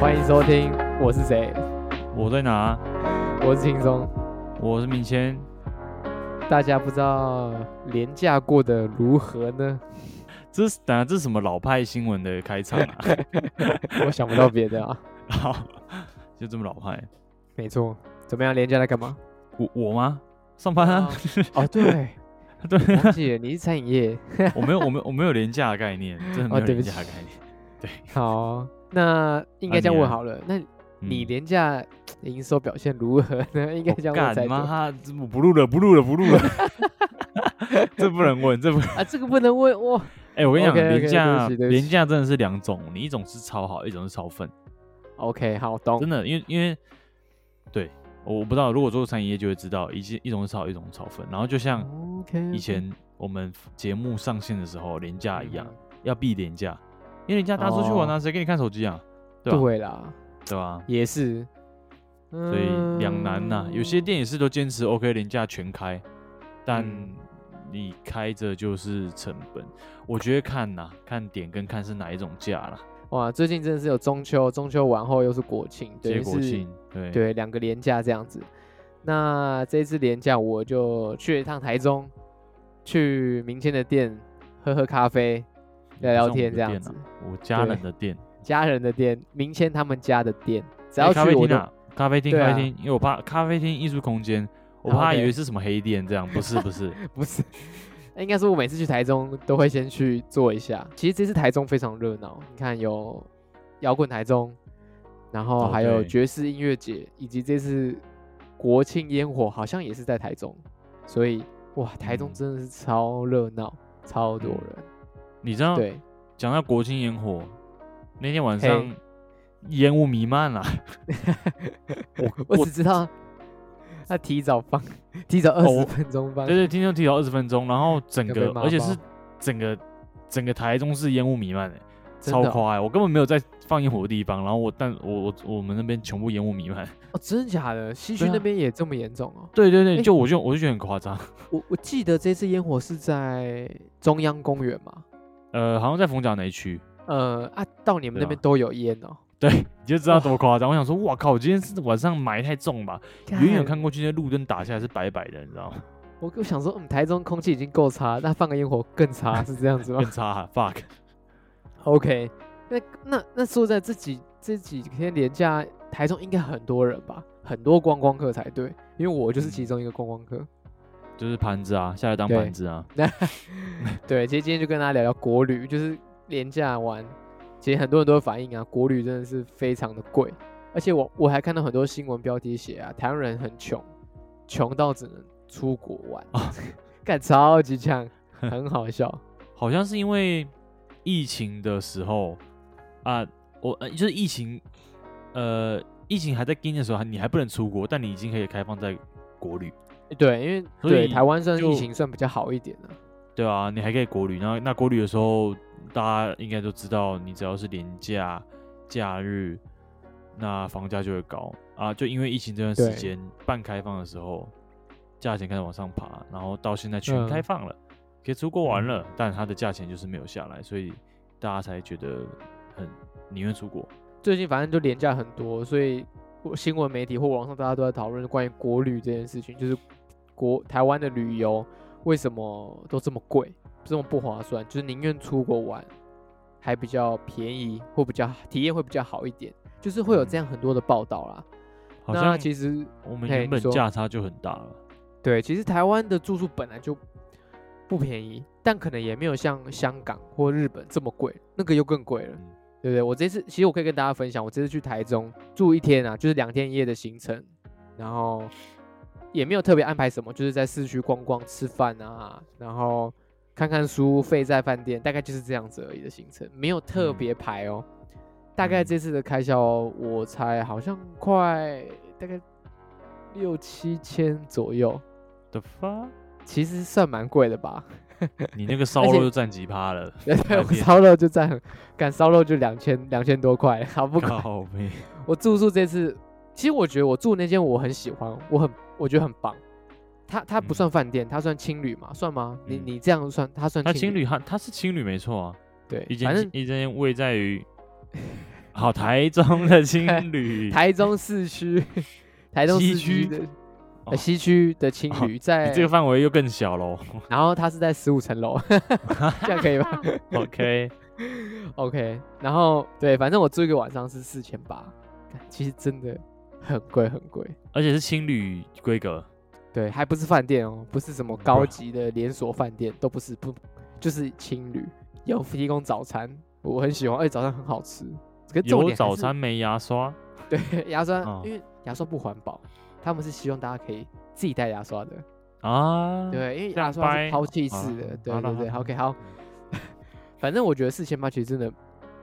欢迎收听，我是谁？我在哪？我是轻松。我是明谦。大家不知道廉价过得如何呢？这是等下这是什么老派新闻的开场 啊？我想不到别的 啊。好，就这么老派。没错，怎么样？廉价在干嘛？我我吗？上班啊？哦，对， 对啊，王姐，你是餐饮业。我没有我没有我没有廉价的 概念，真的没啊哦有对不廉起价的概念。对，好，那应该这样问好了。那嗯你廉价营收表现如何呢？ 应该我这样问才干对。啊，妈，这我不录了，不录了，不录了。 这不能问，这不能。啊这个不能问哇。哎，我跟你讲， OK，OK，廉价对不起对不起廉价真的是两种，你一种是超好，一种是超粉， OK，好，懂真。的，因为因为对，我我不知道，如果做餐饮业就会知道，一些一种是超，一种是超粉。然后就像 OK，以前我们节目上线的时候，廉价一样，嗯哦要避廉价，因为廉价大家出去玩啊，谁给你看手机啊？对吧对啦，对吧？也是。所所以两难呐、有些店也是都坚持 OK 廉价全开，但嗯你开着就是成本。我觉得看呐、看点跟看是哪一种价啦，哇，最近真的是有中秋，中秋完后又是国庆，对，结果性对对，两个连假这样子。那这一次连假，我就去了一趟台中，去明谦的店喝喝咖啡，聊聊天这样啊子。我家人的店，家人的店，明谦他们家的店，只哎要咖啡去我厅就啊，咖啡厅，对啊咖啡厅，因为我怕咖啡厅艺术空间，我啊怕 OK 以为是什么黑店这样，不是不是， 不是，应该说我每次去台中都会先去坐一下。其实这次台中非常热闹，你看有摇滚台中，然后哦还有对爵士音乐节，以及这次国庆烟火好像也是在台中，所以哇，台中嗯真的是超热闹，超多人。你知道对，讲到国庆烟火，那天晚嘿上烟雾弥 漫啦。我我只知 道他提早放， 提早二十我分钟放对。对，听说提早二十分钟，然 后整有被个骂而且爆是整个整个台中市烟雾弥漫诶、真超的哦夸、欸！我根本没有在放烟火的地方，然后我但我我我们那边全部烟雾弥 漫。哦，真的假的？西区对啊那边也这么严重哦？对对对，欸就我就我就觉得很夸张。我我记得这次烟火是在中央公园嘛？呃，好像在逢甲那一区，呃啊，到你们对那啊边都有烟哦、你就知道多 夸张。我想说，哇靠！我今天是晚上霾太重吧？远远干，看过去，那路灯打下来是白白的，你知道吗？ 我我想说，嗯，台中空气已经够差，那放个烟火更差，是这样子吗 更差、啊、，fuck！ ？OK，那那那说实在这几这几天连假，台中应该很多人吧，很多观光客才对，因为我嗯就是其中一个观光客。就是盘子啊，下来当对盘子啊。对，其实今天就跟大家聊聊国旅，就是廉价玩，其实很多人都会反映啊，国旅真的是非常的贵，而且我我还看到很多新闻标题写啊，台湾人很穷，穷到只能出国玩，哦干、超级呛，很好笑。 好像是因为疫情的时候啊，我呃就是疫情，呃，疫情还在跟的时候，你还不能出国，但你已经可以开放在国旅，对，因为所对以台湾算是疫就情算比较好一点的、对啊，你还可以国旅。然后那国旅的时候，大家应该都知道，你只要是年假、假日，那房价就会高啊。就因为疫情这段时对间半开放的时候，价钱开始往上爬，然后到现在全嗯开放了，可以出国玩了，但它的价钱就是没有下来，所以大家才觉得很宁愿出国。最近反正就廉价很多，所以我新闻媒体或网上大家都在讨论关于国旅这件事情，就是国台湾的旅游为什么都这么贵，这么不划算，就是宁愿出国玩还比较便宜，或比较体验会比较好一点，就是会有这样很多的报道啦。嗯好那像其实我们嘿原你本说价差就很大了，对，其实台湾的住宿本来就不便宜，但可能也没有像香港或日本这么贵，那个又更贵了嗯，对不对？我这次其实我可以跟大家分享，我这次去台中住一天啊，就是两天一夜的行程，然后也没有特别安排什么，就是在市区逛逛、吃饭啊，然后看看书、费在饭店，大概就是这样子而已的行程，没有特嗯别排哦。大概嗯这次的开销，哦我才好像快大概六七千左右，的发，其实算蛮贵的吧。你那个烧且肉就占几趴了， 对对，我便宜烧肉就占很，干烧肉就两千两千多 块，好不管。靠背，我住宿这次，其实我觉得我住那间我很喜欢，我很我觉得很棒。它它不嗯算饭店，它算青旅嘛，算吗？你嗯你这样算，它算那青情侣他他是情侣没错啊。对一，反间正一间位在于 好，台 中的青旅，台中市 区，台中市区西区的、哦呃、西区的青哦旅在，你这个范围又更 小喽。然后它是在十五层楼， 这样可以 吧 OK， ？OK，然后对，反正我住一个晚上是四千八，其实真的很贵很贵，而且是青旅规格，对，还不是饭店哦，不是什么高级的连锁饭店，都不是，不就是青旅有提供早餐，我很喜欢，而且早餐很好吃，可是重有点还早是餐没牙刷。对， 牙刷，哦因为牙刷不环保，他们是希望大家可以自己带牙刷的。啊，对，因为这牙样刷掰是抛弃好式的。了好对了对对好了，OK，好。反正我觉得四千八其实真的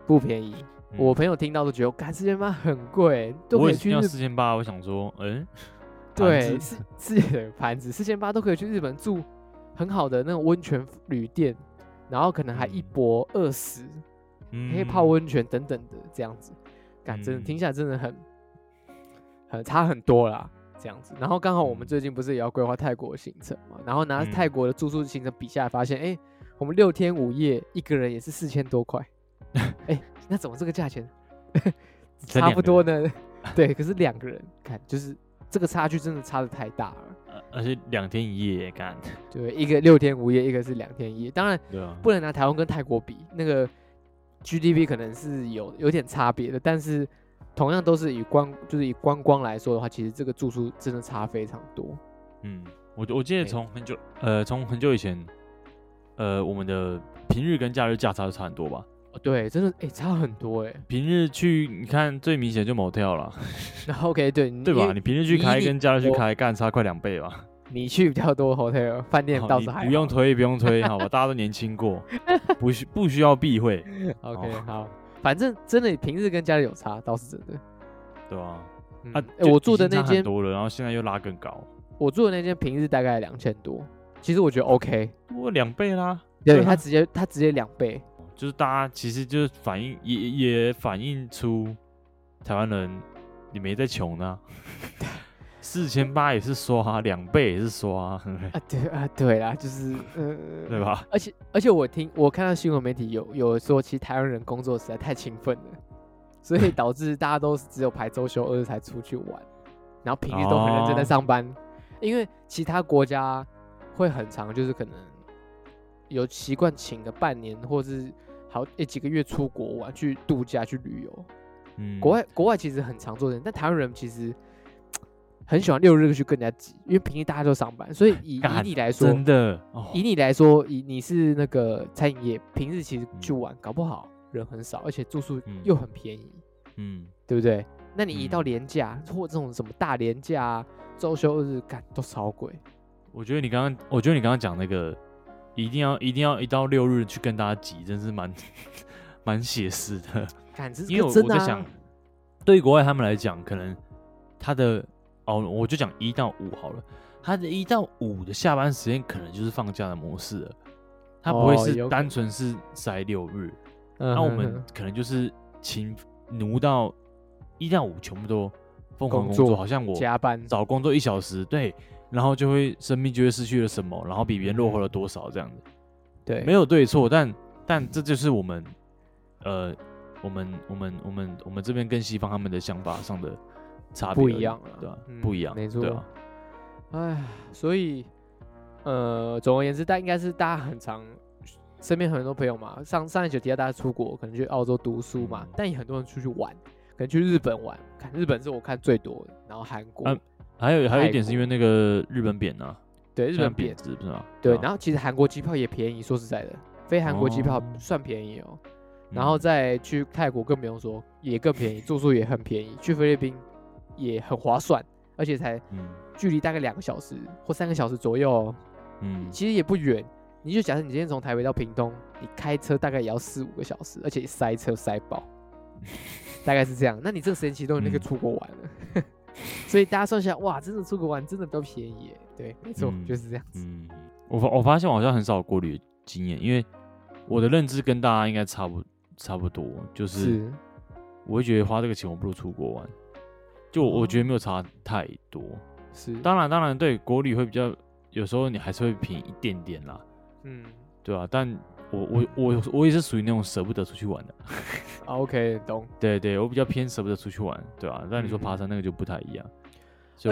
不便宜，嗯我朋友听到都觉得，看四千八很贵，都我可以也是去听到日四千八，我想说，嗯，对盘子是是盘子四千八都可以去日本住很好的那种温泉旅店，然后可能还一嗯博二十，嗯可以泡温泉等等的这样子，感真的嗯听起来真的很很差很多啦，这样子。然后刚好我们嗯最近不是也要规划泰国的行程嘛，然后拿嗯泰国的住宿行程比下来，发现哎、诶我们六天五夜一个人也是四千多 块，哎、那怎么这个价钱差才两不个多呢？ 对，可是两个人看就是这个差距真的差的太大了。呃而且两天一 夜干，对，一个六天五夜，一个是两天一夜，当然对啊，不能拿台湾跟泰国比，那个 GDP 可能是有有点差别的，但是同样都是以观就是以观光来说的话，其实这个住宿真的差非常多。嗯，我我记得没从很久，呃，从很久以前，呃，我们的平日跟假日价差就差很多吧。哦，对，真的哎、差很多哎、平日去，你看最明显就 motel 了，然后 OK，对对吧？你你平日去你开你跟假日去我开，干差快两 倍吧。你去比较多 hotel 饭店好倒哦你是还不用推，不用推，好吧？大家都年 轻过，不需不需要避讳，好 OK 哦好，反正真的平日跟家里有差，倒是真的。对吧？嗯啊，哎就我已住的经那差很间，多了，然后现在又拉更高，我住的那间平日大概两千多，其实我觉得 OK，多两倍啦。对对他啊直接他直接两倍，就是大家其实就是反映也也反映出台湾人你没在 穷呢、四千八也是刷，啊两倍也是刷，啊，对啊，对啦，就是呃，对吧？而且而且我听我看到新闻媒体有有说，其实台湾人工作实在太勤奋了，所 以导致大家都是只有排周休二日才出去玩，然后平日都很认真在哦上班，因为其他国家会很长，就是可能有习惯请个半年或是好诶几个月出国玩去度假去旅游，嗯，国外国外其实很常做这件事，但台湾人其实很喜欢六日去更加挤，因为平日大家都上班，所以以以干你来说真。的哦，以你来说，以你是那个餐饮业，平日其实去玩，搞不好人很少，而且住宿嗯又很便宜，嗯，对不对？那你一到嗯廉价、或这种什么大廉价、啊、周休日，干都超贵。我觉得你刚刚，我觉得你刚刚讲那个，一定要一定要一到六日去跟大家挤，真是蛮 蛮写实的。干，这是因为我真我的、啊、在想，对于国外他们来讲，可能他的哦，我就讲一到五好了，他的一到五的下班时间可能就是放假的模式了，他不会哦是有可单能纯是塞六日，嗯那、哼我们哼可能就是勤奴到一到五全部都疯狂工工作作，好像我加班找工作一小时，对，然后就会生命就会失去了什么，然后比别人落后了多少这样子。嗯对没有对错，但但这就是我们，呃，我们我们我们我们这边跟西方他们的想法上的差别不而一已样啊对吧、嗯不一样，没对错啊，哎，所以呃，总而言之，但应该是大家很常身边很多朋友嘛，上上一集有提到大家出国，可能去澳洲读书嘛，嗯但也很多人出去玩，可能去日本玩，看日本是我看最多的，然后韩国。啊还有还有一点是泰因为那个日本扁啊，对，日现在本贬便值不是吗？对，啊然后其实韩国机票也便宜，说实在的，飞韩国机票哦算便宜哦。嗯然后再去泰国更不用说，也更便宜，住宿也很便宜，去菲律宾也很划算，而且才嗯距离大概两个小时或三个小时左右哦，嗯其实也不远。你就假设你今天从台北到屏东，你开车大概也要四五个小时，而且塞车塞 爆，大概是这样。那你这个时间其实都有那个嗯出国玩了， 所以大家算下来，哇，真的出国玩真的比较便宜耶。对，没错，嗯就是这样子。嗯，我发我发现我好像很少有过旅的经验，因为我的认知跟大家应该差不差不多，嗯就是是，我会觉得花这个钱我不如出国玩，就哦我我觉得没有差太多。是，当然，当然，对国旅会比较，有时候你还是会便宜一点点啦，嗯，对啊，但我我我我也是属于那种舍不得出去玩的，啊，OK，懂。对对，我比较偏舍不得出去玩，对啊。但你说爬山那个就不太一样，所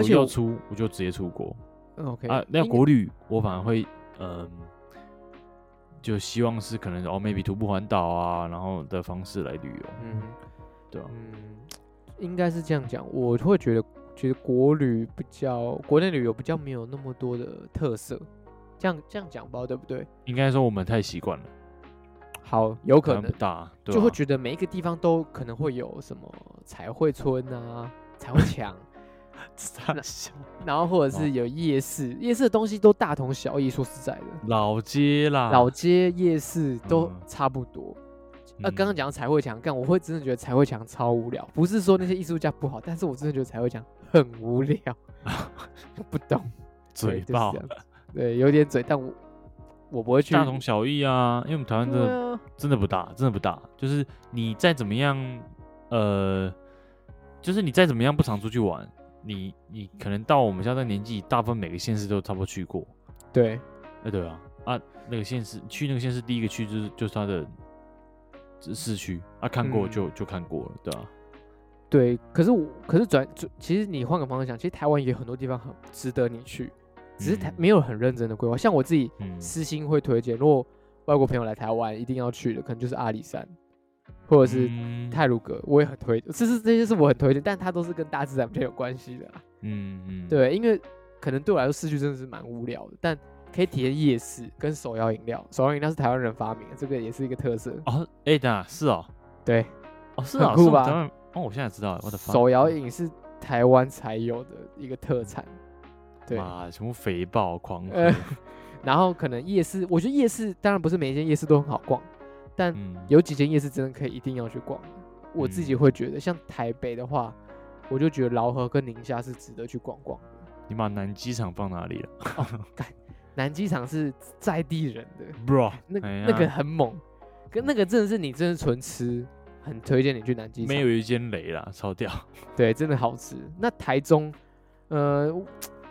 嗯而以我且要我出我就直接出国嗯 OK 啊。那应国旅我反而会嗯，就希望是可能哦，maybe 徒步环岛啊，然后的方式来旅游，嗯对啊。嗯，应该是这样讲。我会觉得，其实国旅比较，国内旅游比较没有那么多的特色。这样这样讲吧，对不对？应该说我们太习惯了，好，有可台湾能不大，对就会啊觉得每一个地方都可能会有什么彩绘村啊、彩 绘墙，傻笑然后或者哦是有夜市，夜市的东西都大同小异。说实在的，老街啦，老街、夜市都啊嗯差不多。那呃嗯刚刚讲到彩绘墙，干我会真的觉得彩绘墙超无聊，不是说那些艺术家不好，但是我真的觉得彩绘墙很无聊，我不懂。对嘴爆，就是这样子对，有点嘴，但我我不会去。大同小异啊，因为我们台湾真的对啊，真的不大，真的不大。就是你再怎么样，呃，就是你再怎么样不常出去玩，你你可能到我们现在年纪，大部分每个县市都差不多去过。对，哎、对啊，啊，那个县市去那个县市，第一个去就是就是它的这市区啊，看过嗯就、就看过了，对啊，对，可是我，可是转，转其实你换个方向想，其实台湾也有很多地方很值得你去，只是台、嗯没有很认真的规划。像我自己嗯，私心会推荐，如果外国朋友来台湾一定要去的，可能就是阿里山，或者是嗯泰鲁阁，我也很推，这是这些是我很推荐，但它都是跟大自然比较有关系的啦、嗯嗯，对，因为可能对我来说市区真的是蛮无聊的，但可以体验夜市跟手摇饮料，手摇饮料是台湾人发明的，这个也是一个特色。哦，哎、等一下是哦，对，哦是很哦，酷是哦吧台湾哦，我现在知道了，我的手摇饮是台湾才有的一个嗯特产。对，哇，全部肥爆狂喝，呃然后可能夜市，我觉得夜市当然不是每一间夜市都很好逛，但嗯，有几间夜市真的可以一定要去逛的。我自己嗯会觉得，像台北的话，我就觉得饶河跟宁夏是值得去逛逛的。你把南机场放哪里了南机场是在地人的， ，bro？那、哎呀那个很猛，跟那个真的是你真的纯吃，很推荐你去南机场。没有一间雷啦，超屌。对，真的好吃。那台中，呃，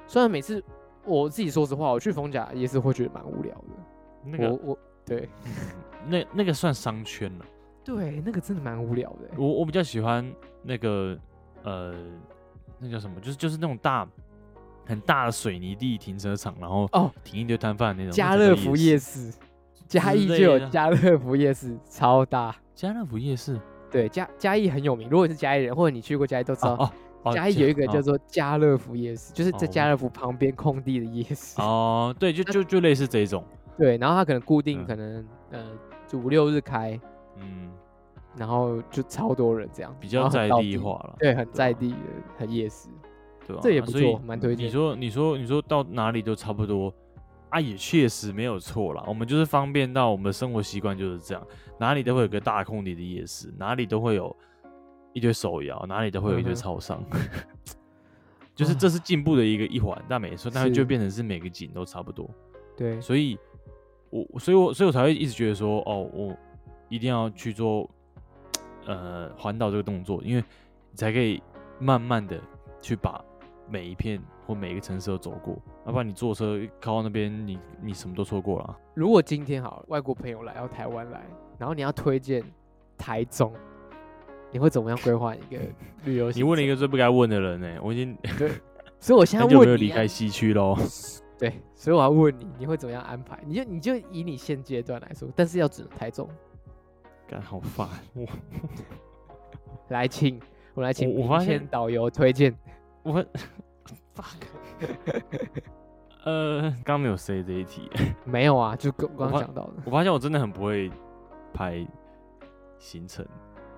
虽然每次我自己说实话，我去逢甲夜市会觉得蛮无聊的。那个我我对那那个算商圈了。对，那个真的蛮无聊的欸。我我比较喜欢那个呃，那叫什么？就是就是那种大很大的水泥地停车场，然后哦，停一堆摊贩那种。家那才叫乐福夜市，嘉义就之类的有家乐福夜市，超大。家乐福夜市。对，嘉嘉义很有名。如果你是嘉义人，或者你去过嘉义，都知道哦哦，嘉义有一个叫做做家乐福夜市，就是在哦家乐福旁边空地的夜市。哦，对，就就就类似这一种。对，然后它可能固定嗯可能呃就五六日开，嗯，然后就超多人这样，比然较哦后很在道地地化了，对，很对在啊地的，很夜市。对吧、啊这也不所以错蛮推荐你说，你说，你说到哪里都差不多啊，也确实没有错啦。我们就是方便到我们的生活习惯就是这样，哪里都会有个大空地的夜市，哪里都会有一堆手摇，哪里都会有一堆嗯哼超 商。就是这是进步的一个一环，但没错，但是是就变成是每个景都差不多，对，所以，我所以我所以我才会一直觉得说，哦，我一定要去做呃环岛这个动作，因为你才可以慢慢的去把每一片或每一个城市都走过，要不然你坐车靠到那边，你你什么都错过了啊、如果今天好了，外国朋友来到台湾来，然后你要推荐台中，你会怎么样规划一 个旅游？你问了一个，个最不该问的人呢、我已经所以我现在很久没有问离你 啊、开西区哦喽。对，所以我要问你，你会怎么样安排？你就你就以你现阶段来说，但是要只能台中干好烦，我来，请我来请我我明发现天导游推荐。 我 fuck，呃，刚刚没有 say 这一题，没有啊，就刚刚我发刚讲到的，我发现我真的很不会拍行程。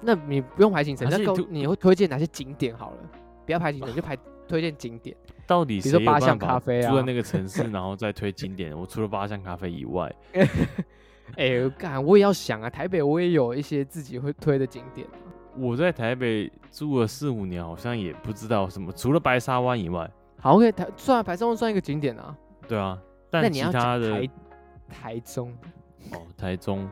那你不用排行程，还那是告你你会推荐哪些景点好了？不要排啊行程，就排推荐景点。到底比谁如说有八办项法咖啡住在啊那个城市，然后再推景点？我除了八项咖啡以外，哎、干，我也要想啊，台北我也有一些自己会推的景点。我在台北住了四五年，好像也不知道什么，除了白沙湾以外，好，OK，台算啊白沙湾算一个景点啊。对啊，那但你其要他讲的台台中的哦，台中，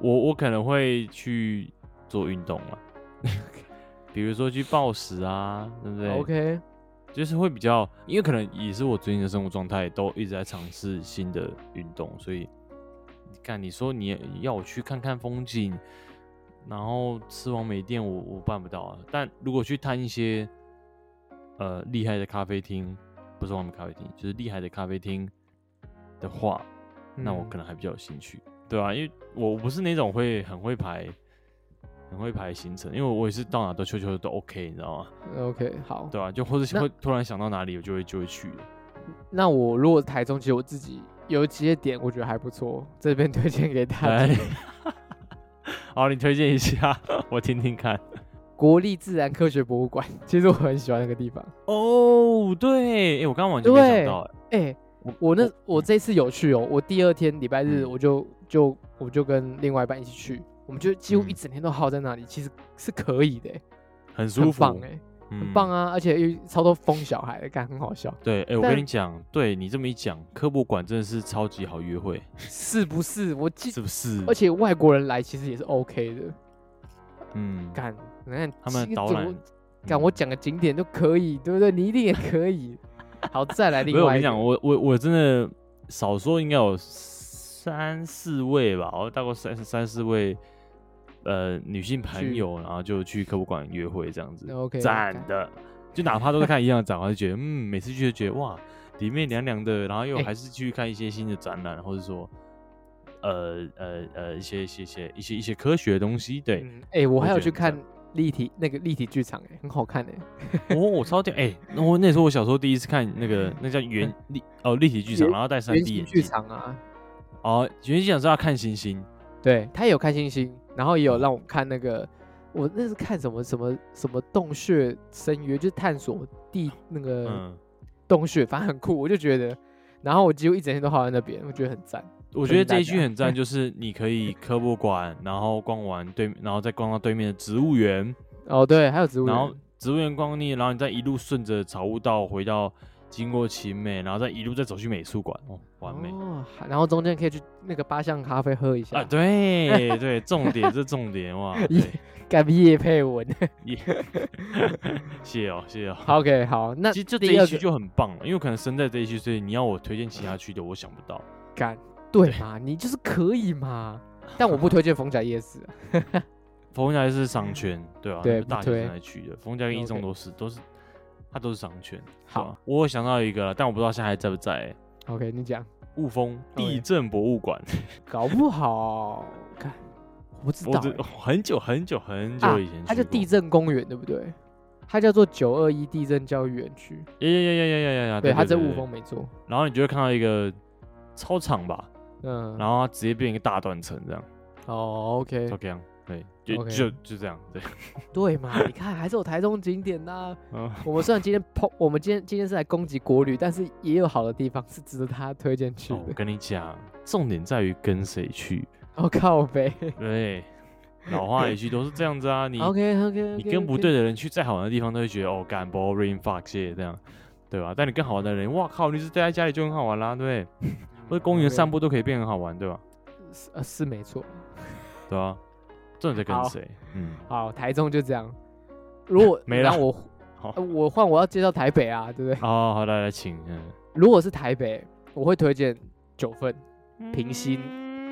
我我可能会去做运动嘛， 比如说去暴食啊，对不对哦 OK，就是会比较，因为可能也是我最近的生活状态都一直在尝试新的运动，所以看你说你要我去看看风景，然后吃完美店我，我办不到啊。但如果去探一些呃厉害的咖啡厅，不是完美咖啡厅，就是厉害的咖啡厅的话，那我可能还比较有兴趣，对啊，因为我不是那种会很会排、很会排行程，因为我也是到哪都球球都 OK，你知道吗？能 OK 好。对啊，就或者那会突然想到哪里，我就会就会去的。那我如果是台中，其实我自己有几些点我觉得还不错，这边推荐给大家。，哎 好，你推荐一下，我听听看。国立自然科学博物馆，其实我很喜欢那个地方。哦，对，哎，我刚刚完全没想对到，哎，哎、我我那我这次有去哦，我第二天礼拜日嗯我就就我就跟另外一半一起去，我们就几乎嗯一整天都耗在那里，其实是可以的欸，很舒很服，棒哎，很棒啊。啊！而且又超多疯小孩的，感很好 笑，对，哎，我但跟你讲，对你这么一讲，科博馆真的是超级好约会，是不是？我记，是不是而？且外国人来其实也是 OK 的，嗯，干，你看他们七的导怎么览，干嗯我讲个景点都可以，对不对？你一定也可 以。好，再来没另有，我外跟一你个讲，，我我我真的少说应该有三四位吧，哦我大概三三四位呃女性朋去友，然后就去科普馆约会这样子，哦 OK，赞干的。就哪怕都在看一样的展，我还是觉得，嗯，每次去就觉得哇，里面凉凉的，然后又哎还是去看一些新的展览，或者说，呃呃呃，一些一些一些一些一些科学的东西，对，嗯，哎，我还我有觉去得很看立体那个立体剧场，哎，很好看哎。哦，超屌，哎、那我那时候我小时候第一次看那个那叫原立哦立体剧场，嗯原然后戴三圆 D 形眼剧镜，场啊，哦，原先想是要看星星，对他也有看星星，然后也嗯有让我看那个，我那是看什么什么什么洞穴深渊，就是探索地那个嗯，洞穴，反正很酷，我就觉得。然后我几乎一整天都耗在那边，我觉得很赞。我觉推得荐大这一区家嗯很 赞，就是你可以科博馆，然后逛完对，然后再逛到对面的植物园，哦，对，还有植物然园，后植物园逛腻，然后你再一路顺着草悟道回到经过晴美，然后再一路再走去美术馆，哦，完美。哦，还然后中间可以去那个八项咖啡喝一下，啊，对 对，重 点这重点哇，一对，改毕业配 文。也谢哦谢哦。好 OK，好，那其实就这第二一区个就很棒了，因为可能生在这一区，所以你要我推荐其他区的，我想不到。干对嘛，你就是可以嘛。但我不推荐逢甲夜市啊，冯家是商圈，对啊，嗯对那是不大学推生才去的，冯家跟一中 OK 都是都是，它都是商圈。对好啊，我有想到一个了，但我不知道现在还在不在、欸。 ，OK，你讲。雾峰 OK 地震博物馆，搞不好，看我不知我道只欸、很久很久很啊久以前去过，它叫地震公园，对不对？它叫做九二一地震教育园区，呀呀呀呀呀呀呀！对，它在在雾峰。没错。然后你就会看到一个操场吧，嗯，然后它直接变一个大断层这样，哦，OK，就这样，对，就 OK 就就这样，对，哦对嘛？你看，还是有台中景点呐、嗯，我们虽然今天碰，我们今天今天是来攻击国旅，但是也有好的地方是值得他推荐去哦我的。跟你讲，重点在于跟谁去，哦，靠北。对， 老话一句都是这样子啊，你 OK OK，你跟不对的人去再好玩的地方，都会觉得哦，干 boring fuck shit 这样，对吧？但你跟好玩的人，哇靠，你是待在家里就很好玩啦，对不对，或者公园 OK 散步都可以变很好玩，对吧？是呃是没错。对啊，重点在好跟谁，嗯，好，台中就这样。如果没然了后我好呃我换我要介绍台北啊，对不对？哦，好，来来，请，嗯。如果是台北，我会推荐九份平心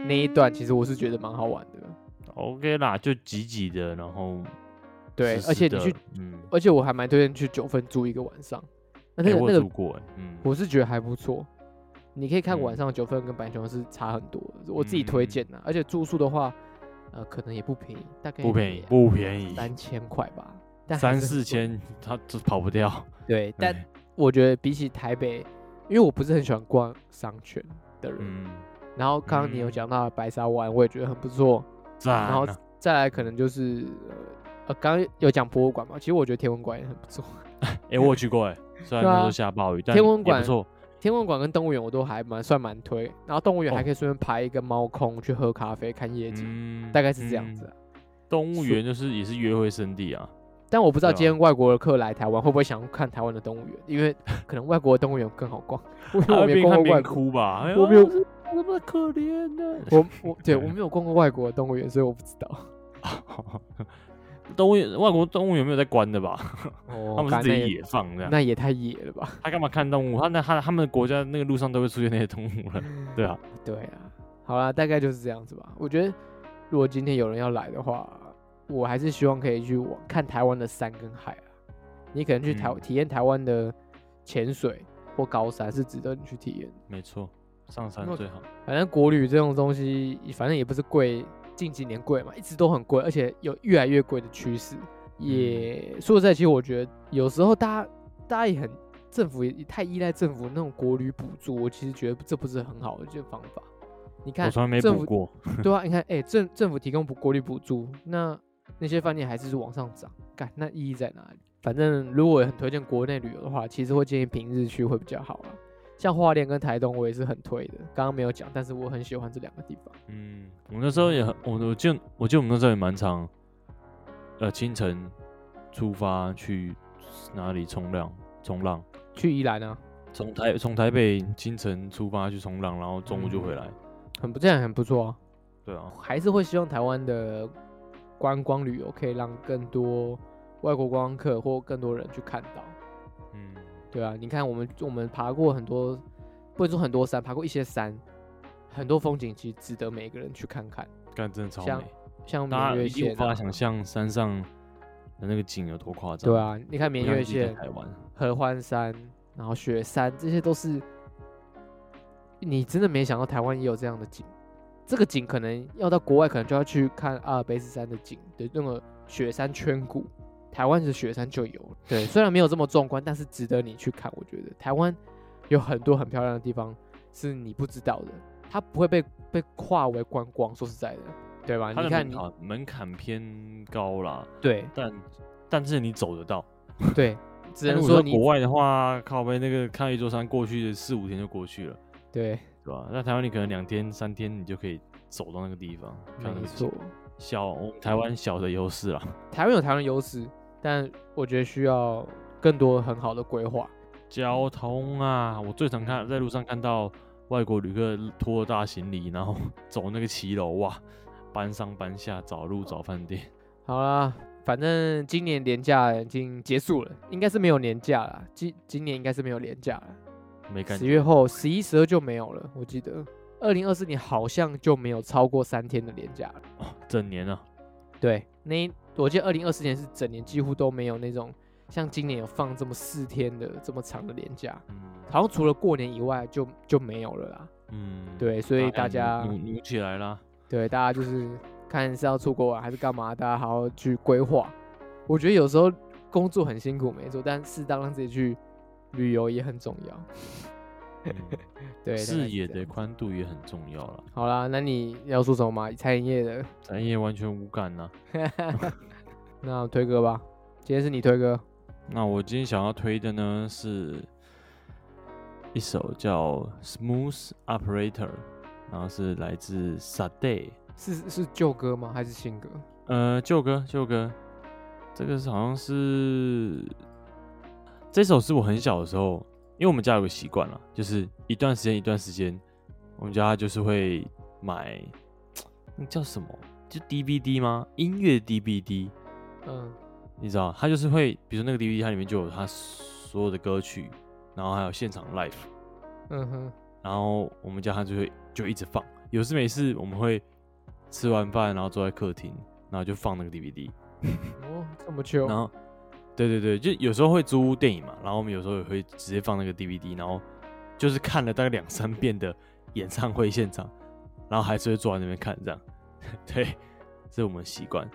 那一段，其实我是觉得蛮好玩的。 OK 啦，就挤挤的，然后对，湿而且湿你的去，嗯，而且我还蛮推荐去九份住一个晚上。那哎、那个、我那有住个，过、欸，嗯，我是觉得还不错。你可以看晚嗯上九份跟板桥是差很多的，我自己嗯推嗯嗯荐的。啊而且住宿的话，呃，可能也不便宜，大概不便宜，不便宜，三千块吧，但还是很三四多。千，他就跑不掉。对， 但哎我觉得比起台北，因为我不是很喜欢逛商圈的人。嗯，然后刚刚你有嗯讲到白沙湾，我也觉得很不错。赞然后啊，再来可能就是呃，刚刚有讲博物馆嘛，其实我觉得天文馆也很不错。哎、我有去 过、欸，虽然对那啊时候下暴雨，但天文也馆不错。天文馆跟动物园我都还蛮算蛮推，然后动物园哦还可以顺便拍一个猫空去喝咖啡看夜景，嗯，大概是这样嗯子、啊。动物所园就是也是约会圣 地啊，但我不知道对啊今天外国的客来台湾会不会想要看台湾的动物园，因为可能外国的动物园更好 逛，因为我他没边逛看过外边国。哭吧。哎我呀没有这这么可怜的、我我对我没有逛过外国的动物园，所以我不知道。动物园外国动物园没有在关的吧？ 哦他们干是自那己也野放这样。那也太野了吧？ 他干嘛看动物？他那他他们的国家那个路上都会出现那些动物了，对啊。嗯对啊。好啦，大概就是这样子吧。我觉得如果今天有人要来的话，我还是希望可以去往看台湾的山跟海啊。你可能去台、嗯体验台湾的潜水或高山是值得你去体验的。没错，上山那最好。反正国旅这种东西，反正也不是贵，近几年贵嘛，一直都很贵，而且有越来越贵的趋势。也说实在，其实我觉得有时候大家大家也很政府也太依赖政府那种国旅补助，我其实觉得这不是很好的一件方法。你我看，从来没政补府过，对啊，你看，哎、政政府提供不国旅补助，那那些饭店还是是往上涨，干那意义在哪里？反正如果很推荐国内旅游的话，其实会建议平日去会比较好啊。像花莲跟台东，我也是很推的，刚刚没有讲，但是我很喜欢这两个地方。嗯，我那时候也很，我我记得我记得我们那时候也蛮常，呃，清晨出发去哪里冲浪，冲浪，去宜兰啊，从台从台北清晨出发去冲浪，然后中午就回来。嗯很不这样很不错啊。对啊，还是会希望台湾的观光旅游可以让更多外国观光客或更多人去看到。嗯，对啊，你看我们我们爬过很多，不能说很多山，爬过一些山，很多风景其实值得每个人去看看，干真的超像美，像大绵家月一定线、无法啊，想象山上的那个景有多夸张。对，啊，你看绵月线、啊台湾，合欢山，然后雪山，这些都是你真的没想到台湾也有这样的景。这个景可能要到国外，可能就要去看阿尔卑斯山的景，对，那个雪山圈谷，台湾的雪山就有。对，虽然没有这么壮观，但是值得你去看。我觉得台湾有很多很漂亮的地方是你不知道的，它不会被被划为观光。说实在的，对吧？它你的看门你，槛门槛偏高啦，对但但是你走得到。对， 只能但如果说在你国外的话，靠背那个看一座山过去的四五天就过去了，对，对吧？那台湾你可能两天三天你就可以走到那个地方，看那没个错嗯景。小我们台湾小的优势啦。台湾有台湾的优势，但我觉得需要更多很好的规划。交通啊，我最常看在路上看到外国旅客拖着大行李，然后 走那个骑楼哇，搬上搬下找路找饭店。好啦，反正今年年假已经结束了，应该是没有年假啦。今今年应该是没有年假了，没感十觉，月后十一、十二就没有了，我记得。二零二四年好像就没有超过三天的年假了。整年啊，对，那一我记得二零二四年是整年几乎都没有那种像今年有放这么四天的这么长的年假，嗯好像除了过年以外就就没有了啦。嗯，对，所以大概家努努努起 来啦。对，大家就是看是要出国玩还是干嘛，大家好好去规划。我觉得有时候工作很辛苦，没错，但适当让自己去旅游也很重要。嗯对，大概视是野这的样。宽度也很重要 啦。好啦，那你要说什么嘛？餐饮业 的，咱也完全无感啦。那推歌吧。今天是你推歌，那我今天想要推的呢是一首叫《Smooth Operator》，然后是来自 Sade，是是旧歌吗？还是新歌？呃，旧歌旧歌，这个是好像是这首是我很小的时候，因为我们家有个习惯啦，就是一段时间一段时间，我们家就是会买那叫什么，就 DVD 吗？音乐 DVD，嗯，你知道，它就是会，比如说那个 DVD 它里面就有它所有的歌曲，然后还有现场 live，嗯哼，然后我们家它就会就一直放，有事没事我们会吃完饭然后坐在客厅，然后就放那个 DVD，哦，这么久然，后对对对，就有时候会租电影嘛，然后我们有时候也会直接放那个 DVD，然后就是看了大概两三遍的演唱会现场，然后还是会坐在那边看这样， 对，这是我们的习惯，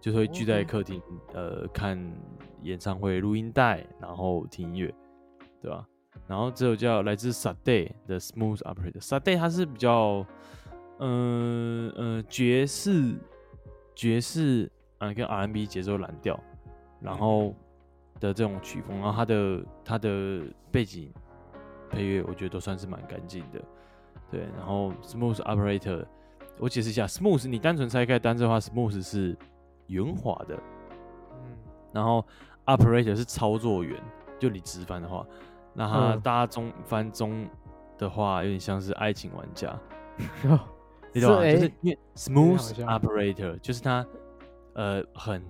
就是会聚在 OK 客厅呃看演唱会录音带，然后听音乐，对吧、然后这首叫来自 Sade 的 Smooth Operator，Sade 它是比较嗯呃爵士爵士啊、呃跟 R&B 节奏蓝调，然后的这种曲风，然后它的它的背景配乐，我觉得都算是蛮干净的。对，然后 Smooth Operator，我解释一下，Smooth 你单纯拆开单字的话，Smooth 是圆滑的，嗯， 然后 Operator 是操作员，就你直翻的话，那它嗯大家中翻中的话，有点像是爱情玩家。你是哎懂吗？诶就是因为点好 smooth 像 operator 就是他，呃，很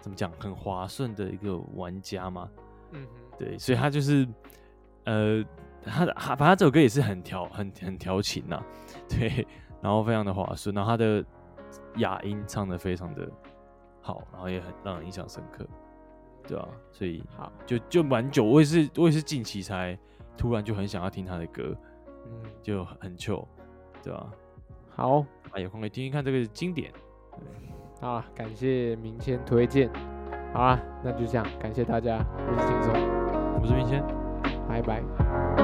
怎么讲，很滑顺的一个玩家嘛。嗯哼，对，所以他就是， 呃，他的他反正他这首歌也是很调很很调情呐、对。然后非常的滑顺，然后他的哑音唱的非常的好，然后也很让人印象深刻，对啊，所以好，就就蛮久，我也是我也是近期才突然就很想要听他的歌，嗯，就很 chill，对吧、好，啊？有空可以听听看这个经典，好啦，感谢明谦推荐，好啦，那就这样，感谢大家，我是轻松，我是明谦。拜拜。拜拜。